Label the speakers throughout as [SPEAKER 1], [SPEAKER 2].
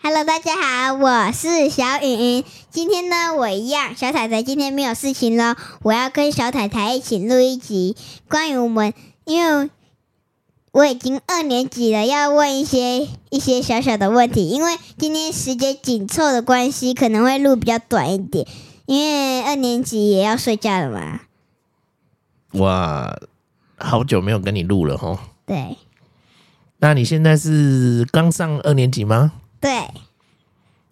[SPEAKER 1] Hello，大家好，我是小雨云。今天呢，我一样，小彩彩今天没有事情咯，我要跟小彩彩一起录一集关于我们，因为我已经二年级了，要问一些一些小小的问题。因为今天时间紧凑的关系，可能会录比较短一点，因为二年级也要睡觉了嘛。
[SPEAKER 2] 哇，好久没有跟你录了吼。
[SPEAKER 1] 对
[SPEAKER 2] 那你现在是刚上二年级吗？
[SPEAKER 1] 对，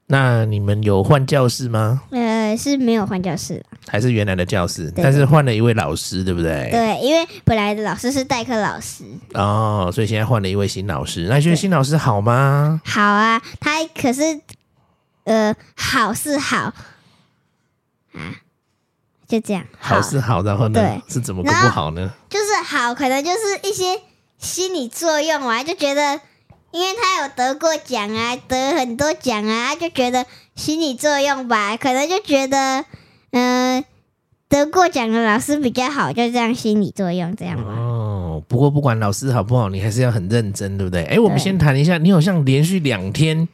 [SPEAKER 2] 那你们有换教室吗？
[SPEAKER 1] 呃，是没有换教室了。
[SPEAKER 2] 还是原来的教室？
[SPEAKER 1] 对
[SPEAKER 2] 但是换了一位老师，对不对？。
[SPEAKER 1] 对，因为本来的老师是代课老师。
[SPEAKER 2] 哦，所以现在换了一位新老师。那你觉得新老师好吗？
[SPEAKER 1] 好啊，他可是呃，好是好啊，就这样，
[SPEAKER 2] 好是好，然后呢
[SPEAKER 1] 对？
[SPEAKER 2] 是怎么个不好呢？
[SPEAKER 1] 就是好，可能就是一些心理作用啊，就觉得，因为他有得过奖啊，得很多奖啊，就觉得心理作用吧，可能就觉得，嗯、得过奖的老师比较好，就这样心理作用这样吧。
[SPEAKER 2] 哦，不过不管老师好不好，你还是要很认真，对不对？哎，我们
[SPEAKER 1] 对
[SPEAKER 2] 先谈一下，你好像连续两天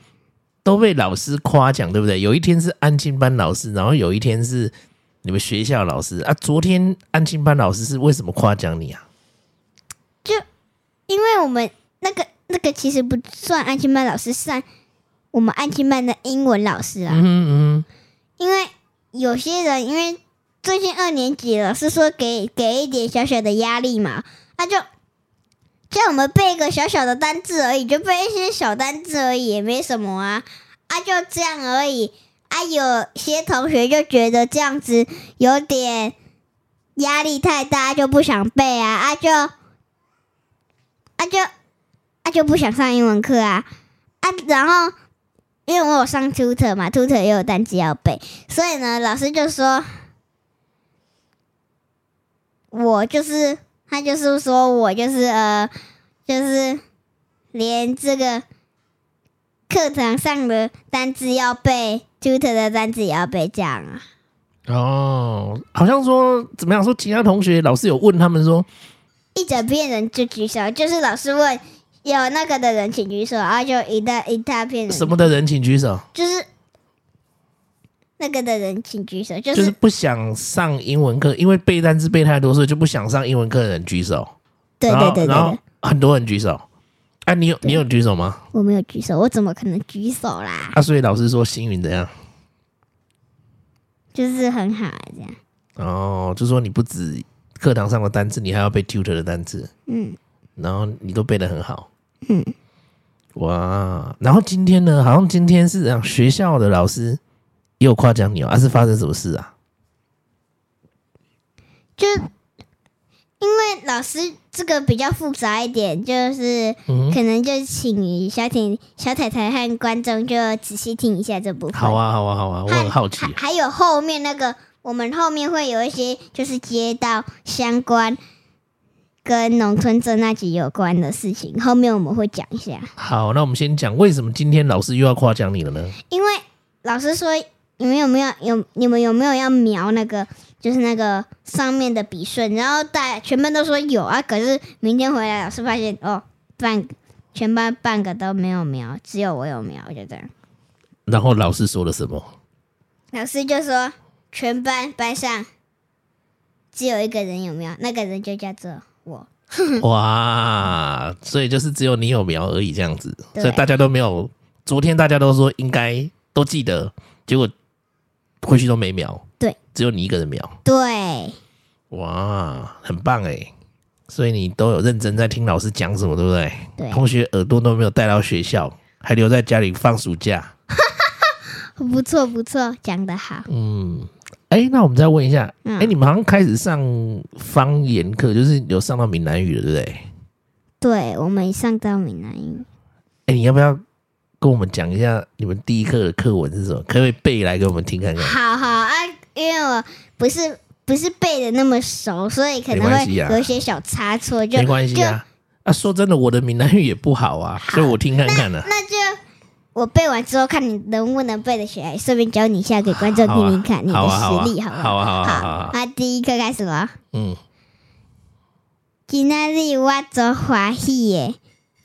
[SPEAKER 2] 都被老师夸奖，对不对？有一天是安静班老师，然后有一天是你们学校老师啊。昨天安静班老师是为什么夸奖你啊？
[SPEAKER 1] 因为我们那个那个其实不算安亲班老师，算我们安亲班的英文老师啊。
[SPEAKER 2] 嗯哼嗯
[SPEAKER 1] 因为有些人因为最近二年级了，是说给给一点小小的压力嘛，那、就叫我们背一个小小的单字而已，就背一些小单字而已，也没什么啊，啊就这样而已。啊，有些同学就觉得这样子有点压力太大，就不想背啊，啊就啊就啊就不想上英文课啊啊，然后因为我有上 tutor 嘛，tutor 也有单词要背，所以呢，老师就说，我就是他就是说我就是呃，就是连这个课堂上的单词要背，tutor 的单词也要背，这样啊。
[SPEAKER 2] 哼，哦，好像说怎么样说，其他同学老师有问他们说，
[SPEAKER 1] 一整片人就举手，就是老师问有那个的人请举手，然后就一大一大片人，
[SPEAKER 2] 什么的人请举手，
[SPEAKER 1] 就是那个的人请举手，就
[SPEAKER 2] 就是
[SPEAKER 1] 是
[SPEAKER 2] 不想上英文课，因为背单词背太多，所以就不想上英文课的人举手。
[SPEAKER 1] 对
[SPEAKER 2] 然
[SPEAKER 1] 对
[SPEAKER 2] 后
[SPEAKER 1] 对对
[SPEAKER 2] 然后
[SPEAKER 1] 对，
[SPEAKER 2] 很多人举手。啊，你有你有举手吗？
[SPEAKER 1] 我没有举手，我怎么可能举手啦？
[SPEAKER 2] 啊，所以老师说星云怎样？
[SPEAKER 1] 就是很好啊，这样。
[SPEAKER 2] 哦，就说你不止课堂上的单词，你还要背 tutor 的单词，
[SPEAKER 1] 嗯，
[SPEAKER 2] 然后你都背得很好。
[SPEAKER 1] 嗯，
[SPEAKER 2] 哇！然后今天呢，好像今天是让学校的老师也有夸奖你哦，啊，是发生什么事啊？
[SPEAKER 1] 就因为老师这个比较复杂一点，就是
[SPEAKER 2] 嗯，
[SPEAKER 1] 可能就请小挺、小太太和观众就仔细听一下这部分。
[SPEAKER 2] 好啊，好啊，好啊，我
[SPEAKER 1] 还，
[SPEAKER 2] 很好奇
[SPEAKER 1] 还。还有后面那个，我们后面会有一些就是街道相关跟农村这那集有关的事情，后面我们会讲一下。
[SPEAKER 2] 好，那我们先讲为什么今天老师又要夸奖你了呢？
[SPEAKER 1] 因为老师说，你们有没有有你们有没有要描那个就是那个上面的笔顺？然后大全班都说有啊，可是明天回来老师发现哦，半全班半个都没有描，只有我有描，就这样。
[SPEAKER 2] 然后老师说了什么？
[SPEAKER 1] 老师就说，全班班上只有一个人有描，那个人就叫做我。
[SPEAKER 2] 哇，所以就是只有你有苗而已这样子，
[SPEAKER 1] 对
[SPEAKER 2] 所以大家都没有。昨天大家都说应该都记得，结果回去都没苗，
[SPEAKER 1] 对，
[SPEAKER 2] 只有你一个人苗。
[SPEAKER 1] 对
[SPEAKER 2] 哇，很棒哎！所以你都有认真在听老师讲什么，对不对？
[SPEAKER 1] 对，
[SPEAKER 2] 同学耳朵都没有带到学校，还留在家里放暑假。
[SPEAKER 1] 不错不错，讲得好。
[SPEAKER 2] 嗯，哎，那我们再问一下，
[SPEAKER 1] 嗯
[SPEAKER 2] 哎，你们好像开始上方言课，就是有上到闽南语了，对不对？
[SPEAKER 1] 对，我们上到闽南语。
[SPEAKER 2] 哎、你要不要跟我们讲一下你们第一课的课文是什么？可不可以背来给我们听看看？
[SPEAKER 1] 好好啊，因为我不是不是背的那么熟，所以可能
[SPEAKER 2] 没关
[SPEAKER 1] 会
[SPEAKER 2] 系啊
[SPEAKER 1] 有一些小差错，就
[SPEAKER 2] 没关系啊。啊，说真的，我的闽南语也不好啊，所以我听看看呢、啊。
[SPEAKER 1] 那就我背完之后，看你能不能背得起来，顺便教你一下给观众听听看、你
[SPEAKER 2] 好啊好啊
[SPEAKER 1] 的实力，好不
[SPEAKER 2] 好啊好啊好啊好啊
[SPEAKER 1] 那第一课开始了。
[SPEAKER 2] 嗯，
[SPEAKER 1] 今仔日我足欢喜的，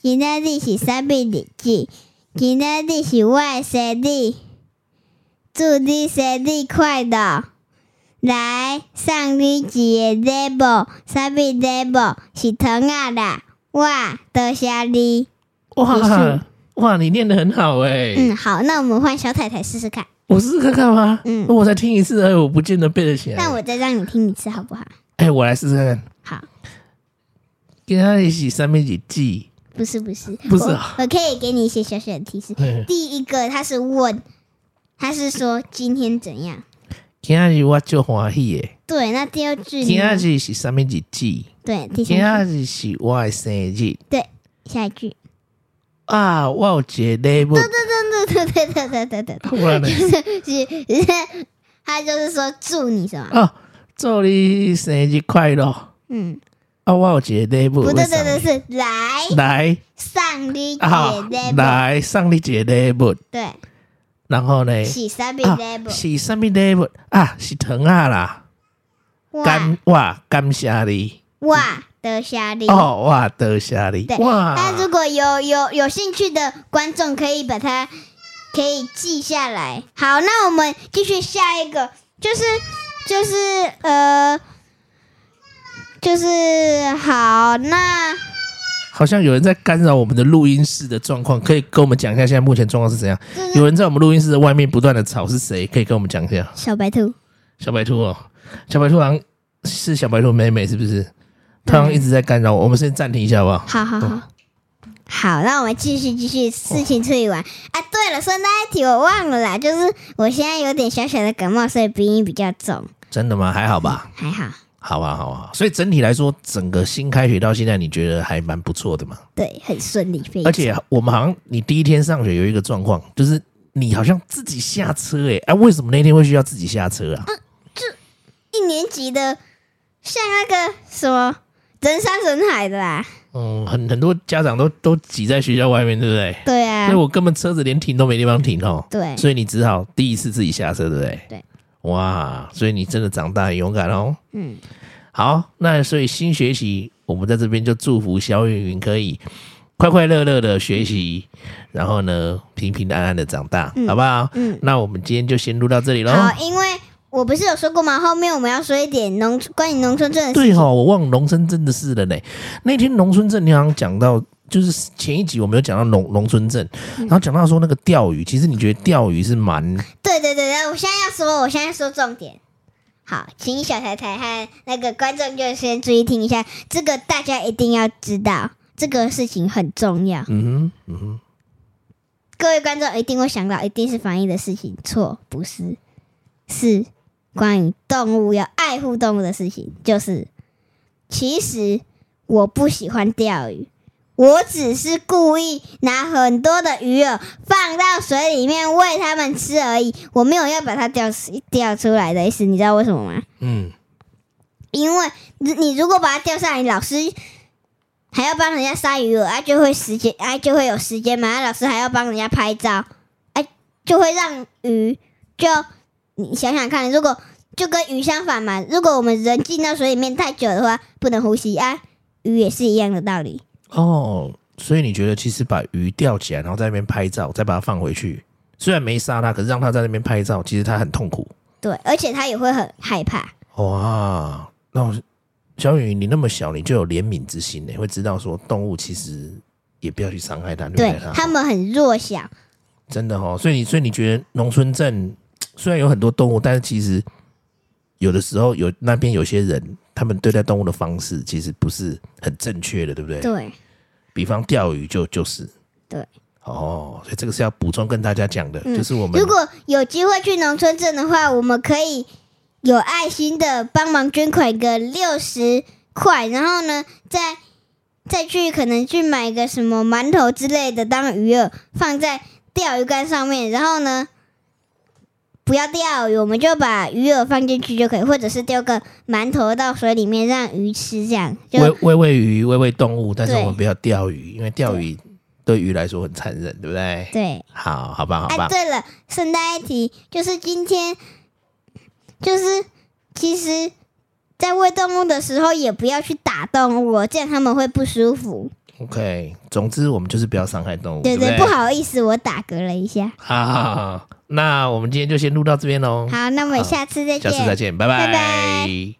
[SPEAKER 1] 今仔日是啥物日子？今仔日是我的生日，祝你生日快乐！来送你一个礼物，啥物礼物？是糖仔啦！哇，多谢你。
[SPEAKER 2] 哇
[SPEAKER 1] 是
[SPEAKER 2] 哇，你念的很好哎、
[SPEAKER 1] 嗯，好，那我们换小太太试试看。
[SPEAKER 2] 我试试看看吗？
[SPEAKER 1] 嗯
[SPEAKER 2] 我再听一次，哎，我不见得背得起来。
[SPEAKER 1] 那我再让你听一次好不好？
[SPEAKER 2] 哎，我来试试看。
[SPEAKER 1] 好，
[SPEAKER 2] 跟他一起上面一起记，
[SPEAKER 1] 不是不是
[SPEAKER 2] 不是
[SPEAKER 1] 我
[SPEAKER 2] 啊
[SPEAKER 1] 我可以给你一些小小的提示。
[SPEAKER 2] 嗯
[SPEAKER 1] 第一个，他是问，他是说今天怎样？
[SPEAKER 2] 今仔日我就欢喜耶。
[SPEAKER 1] 对，那第二句
[SPEAKER 2] 今
[SPEAKER 1] 呢？
[SPEAKER 2] 仔日是上面一记，
[SPEAKER 1] 对，第
[SPEAKER 2] 今
[SPEAKER 1] 三
[SPEAKER 2] 仔
[SPEAKER 1] 句，
[SPEAKER 2] 日是我的生日
[SPEAKER 1] 下一句。
[SPEAKER 2] 啊！我有一个礼物，
[SPEAKER 1] 对对对对对对 对，
[SPEAKER 2] 不然呢？
[SPEAKER 1] 是是，他就是说祝你什么？
[SPEAKER 2] 哦，祝你生日快乐！
[SPEAKER 1] 嗯，
[SPEAKER 2] 啊，我有一个礼物
[SPEAKER 1] 不
[SPEAKER 2] 要送你，
[SPEAKER 1] 对对对，是来
[SPEAKER 2] 来
[SPEAKER 1] 上你一
[SPEAKER 2] 啊
[SPEAKER 1] 个礼，物，
[SPEAKER 2] 来送你一个礼物，
[SPEAKER 1] 对，
[SPEAKER 2] 然后呢？
[SPEAKER 1] 是啥物
[SPEAKER 2] 啊
[SPEAKER 1] 礼，物？
[SPEAKER 2] 是什么礼物啊？是糖啊啦！
[SPEAKER 1] 哇
[SPEAKER 2] 感哇，感谢你
[SPEAKER 1] 哇，多谢你。
[SPEAKER 2] 哦，哇，多谢你
[SPEAKER 1] 对啊
[SPEAKER 2] 哇！
[SPEAKER 1] 那如果有有有兴趣的观众，可以把它可以记下来。好，那我们继续下一个，就是就是呃，就是好，那
[SPEAKER 2] 好像有人在干扰我们的录音室的状况，可以跟我们讲一下现在目前状况是怎样？
[SPEAKER 1] 就是
[SPEAKER 2] 有人在我们录音室的外面不断的吵，是谁？可以跟我们讲一下？
[SPEAKER 1] 小白兔，
[SPEAKER 2] 小白兔哦，小白兔好像是小白兔妹妹，是不是？她好像一直在干扰我，我们先暂停一下好不好？
[SPEAKER 1] 好好
[SPEAKER 2] 哦
[SPEAKER 1] 好。好，那我们继续继续事情处理完、啊。对了，顺带一提，我忘了啦，就是我现在有点小小的感冒，所以鼻音比较重，
[SPEAKER 2] 真的吗？还好吧？
[SPEAKER 1] 还好。
[SPEAKER 2] 好啊，好啊。所以整体来说，整个新开学到现在，你觉得还蛮不错的嘛？
[SPEAKER 1] 对，很顺利，非常
[SPEAKER 2] 而且我们好像你第一天上学有一个状况，就是你好像自己下车诶、欸，哎、为什么那天会需要自己下车啊？
[SPEAKER 1] 一年级的，像那个什么人山人海的啦。
[SPEAKER 2] 嗯，很很多家长都都挤在学校外面，对不对？
[SPEAKER 1] 对啊
[SPEAKER 2] 所以，我根本车子连停都没地方停哦。
[SPEAKER 1] 对啊
[SPEAKER 2] 所以你只好第一次自己下车，对不对？
[SPEAKER 1] 嗯对。
[SPEAKER 2] 哇，所以你真的长大很勇敢哦。
[SPEAKER 1] 嗯，
[SPEAKER 2] 好，那所以新学期我们在这边就祝福小雨云可以快快乐乐的学习，然后呢平平安安的长大，好不好？
[SPEAKER 1] 嗯，
[SPEAKER 2] 那我们今天就先录到这里喽。
[SPEAKER 1] 好，因为我不是有说过吗？后面我们要说一点农关于农村镇的事
[SPEAKER 2] 对
[SPEAKER 1] 情。
[SPEAKER 2] 哦，我忘农村镇的事了呢。那天农村镇你好像讲到，就是前一集我们有讲到农农村镇，
[SPEAKER 1] 嗯
[SPEAKER 2] 然后讲到说那个钓鱼，其实你觉得钓鱼是蛮
[SPEAKER 1] 对对对对，我现在要说，我现在说重点。好，请小太太和那个观众就先注意听一下，这个大家一定要知道，这个事情很重要。
[SPEAKER 2] 嗯哼嗯哼
[SPEAKER 1] 各位观众一定会想到，一定是防疫的事情，错，不是，是关于动物要爱护动物的事情。就是，其实我不喜欢钓鱼，我只是故意拿很多的鱼饵放到水里面喂它们吃而已，我没有要把它钓死钓出来的意思，你知道为什么吗？
[SPEAKER 2] 嗯，
[SPEAKER 1] 因为你你如果把它钓上来，老师还要帮人家杀鱼饵，啊，就会时间，啊，就会有时间嘛，啊，老师还要帮人家拍照，啊，就会让鱼就你想想看，如果就跟鱼相反嘛，如果我们人进到水里面太久的话，不能呼吸啊，鱼也是一样的道理。
[SPEAKER 2] 哦，所以你觉得其实把鱼钓起来，然后在那边拍照，再把它放回去，虽然没杀它，可是让它在那边拍照，其实它很痛苦。
[SPEAKER 1] 对，而且它也会很害怕。
[SPEAKER 2] 哇，那我小雨，你那么小，你就有怜悯之心欸呢，会知道说动物其实也不要去伤害它，虐待
[SPEAKER 1] 对
[SPEAKER 2] 它。，
[SPEAKER 1] 它们很弱小。
[SPEAKER 2] 真的哦，所以你所以你觉得农村镇虽然有很多动物，但是其实有的时候有那边有些人，他们对待动物的方式其实不是很正确的，对不对？
[SPEAKER 1] 对，
[SPEAKER 2] 比方钓鱼就就是
[SPEAKER 1] 对
[SPEAKER 2] 哦，所以这个是要补充跟大家讲的，
[SPEAKER 1] 嗯
[SPEAKER 2] 就是我们
[SPEAKER 1] 如果有机会去农村镇的话，我们可以有爱心的帮忙捐款个六十块，然后呢，再再去可能去买个什么馒头之类的当鱼饵，放在钓鱼竿上面，然后呢。不要钓鱼，我们就把鱼饵放进去就可以，或者是丢个馒头到水里面让鱼吃，这样就
[SPEAKER 2] 喂喂喂鱼、喂喂动物，但是
[SPEAKER 1] 对
[SPEAKER 2] 我们不要钓鱼，因为钓鱼对鱼来说很残忍，对不对？
[SPEAKER 1] 对。
[SPEAKER 2] 好，好吧，好
[SPEAKER 1] 哎，
[SPEAKER 2] 吧，
[SPEAKER 1] 对了，顺带一提，就是今天，就是其实，在喂动物的时候，也不要去打动物哦，这样他们会不舒服。
[SPEAKER 2] OK，总之我们就是不要伤害动物，
[SPEAKER 1] 哎对
[SPEAKER 2] 不对？
[SPEAKER 1] 不好意思，我打嗝了一下。
[SPEAKER 2] 好好好好，那我们今天就先录到这边喽，
[SPEAKER 1] 好，那我们
[SPEAKER 2] 好
[SPEAKER 1] 下次再
[SPEAKER 2] 下
[SPEAKER 1] 见。
[SPEAKER 2] 次再见，
[SPEAKER 1] 拜
[SPEAKER 2] 拜
[SPEAKER 1] 拜